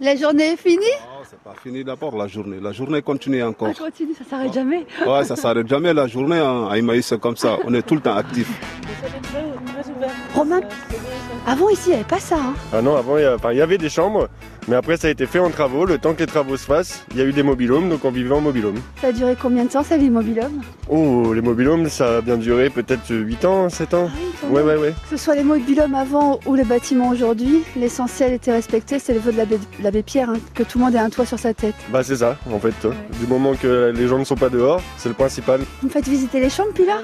La journée est finie Non, Ah, c'est pas fini d'abord la journée. La journée continue encore. Ça continue, ça s'arrête jamais. Ouais, ça s'arrête jamais la journée hein. à Imaïs, c'est comme ça. On est tout le temps actif. Romain, avant ici, il n'y avait pas ça. hein. Ah non, avant, il y a- enfin, il y avait des chambres, mais après, ça a été fait en travaux. Le temps que les travaux se fassent, il y a eu des mobilhomes, donc on vivait en mobilhome. Ça a duré combien de temps, ça, vie mobilhome Oh, les mobilhomes, ça a bien duré peut-être 8 ans, 7 Ah ans Ah. Ouais, ouais, ouais. Que ce soit les mobilhomes avant ou les bâtiments aujourd'hui, l'essentiel était respecté, c'est le vœu de l'abbé- l'abbé Pierre, hein, que tout le monde ait un toit sur sa tête. Bah, c'est ça, en fait. Du moment que les gens ne sont pas dehors, c'est le principal. Vous me faites visiter les chambres, Pilar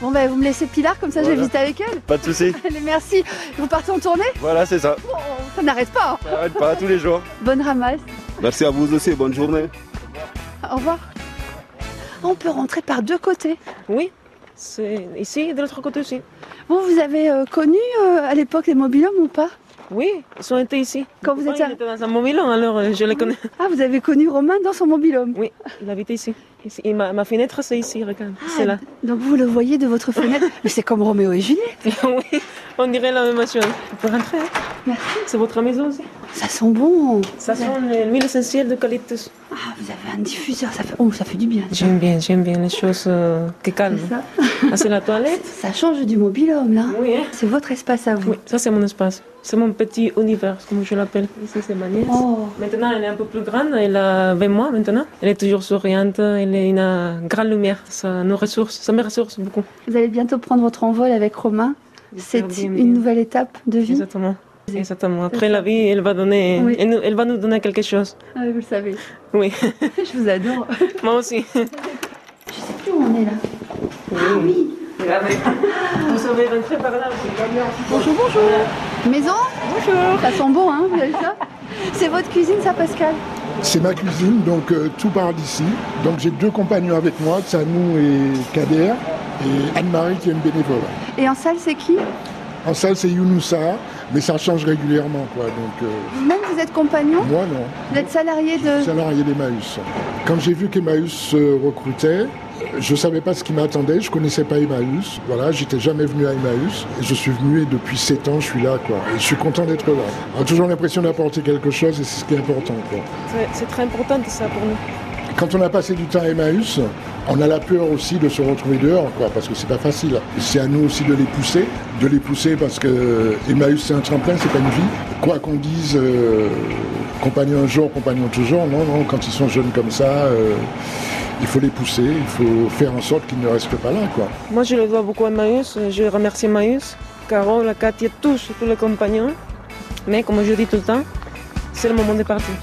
Bon, ben, vous me laissez Pilar, comme ça, je vais Voilà. visiter avec elle. Pas de soucis. Allez, merci. Vous partez en tournée voilà, c'est ça. Bon, Ça n'arrête pas. hein. Ça arrête pas tous les jours. Bonne ramasse. Merci à vous aussi. Bonne journée. Au revoir. On peut rentrer par deux côtés. Oui, c'est ici et de l'autre côté aussi. Vous, vous avez euh, connu euh, à l'époque les mobilhommes ou pas Oui, ils ont été ici. Quand vous Mon étiez père, à- il était dans un mobile, alors euh, je les connais. Ah, vous avez connu Romain dans son mobilhome. Il habitait ici. ici. Et ma, ma fenêtre, c'est ici, regarde. Ah, C'est là. Donc vous le voyez de votre fenêtre. Mais c'est comme Roméo et Juliette. oui, on dirait la même chose. Vous pouvez rentrer. hein. Merci. C'est votre maison aussi. Ça sent bon. Ça Vous sent avez- le- l'huile essentielle d'eucalyptus. Ah, vous avez un diffuseur. Ça fait, oh, ça fait du bien. ça. J'aime bien, j'aime bien les choses euh, qui C'est calment. ça. Ah, c'est la toilette Ça change du mobilhome, là. Oui, hein. C'est votre espace à vous. Oui, ça c'est mon espace. C'est mon petit univers, comme je l'appelle. Ici, c'est ma nièce. Oh, Maintenant, elle est un peu plus grande, elle a 20 mois maintenant. Elle est toujours souriante, elle a une grande lumière. Ça nous ressource, ça me ressource beaucoup. vous allez bientôt prendre votre envol avec Romain. Faire C'est des une miens. nouvelle étape de vie. Exactement. Exactement. Après la vie, elle va donner, Oui. elle, nous- elle va nous donner quelque chose. Ah, vous le savez. Oui. Je vous adore. Moi aussi. Je sais plus où on est là. Ah oui. Vous savez rentrer par là. Bonjour, bonjour. Maison Bonjour. Ça sent bon, hein, vous avez ça C'est votre cuisine, ça, Pascal C'est ma cuisine, donc euh, tout part d'ici. Donc j'ai deux compagnons avec moi, Tsanou et Kader, et Anne-Marie qui est une bénévole. Et en salle, c'est qui En salle, c'est Younoussa, mais ça change régulièrement, quoi. Donc euh, Vous-même, vous êtes compagnon moi, non. Vous êtes salarié de... Salarié d'Emmaüs. Quand j'ai vu qu'Emmaüs se recrutait, je ne savais pas ce qui m'attendait, je ne connaissais pas Emmaüs. Voilà, j'étais jamais venu à Emmaüs. Et je suis venu et depuis 7 ans, je suis là, quoi. Et je suis content d'être là. On a toujours l'impression d'apporter quelque chose et c'est ce qui est important, quoi. C'est- C'est très important ça pour nous. Quand on a passé du temps à Emmaüs, on a la peur aussi de se retrouver dehors, quoi, parce que c'est pas facile. C'est à nous aussi de les pousser, de les pousser parce que euh, Emmaüs c'est un tremplin, c'est pas une vie. Quoi qu'on dise, euh, compagnon un jour, compagnon toujours, non, non, quand ils sont jeunes comme ça, euh, il faut les pousser, il faut faire en sorte qu'ils ne restent pas là, quoi. Moi, je le dois beaucoup à Maïus. Je remercie Maïus, Carole, Katia, tous, tous les compagnons. Mais comme je dis tout le temps, c'est le moment de partir.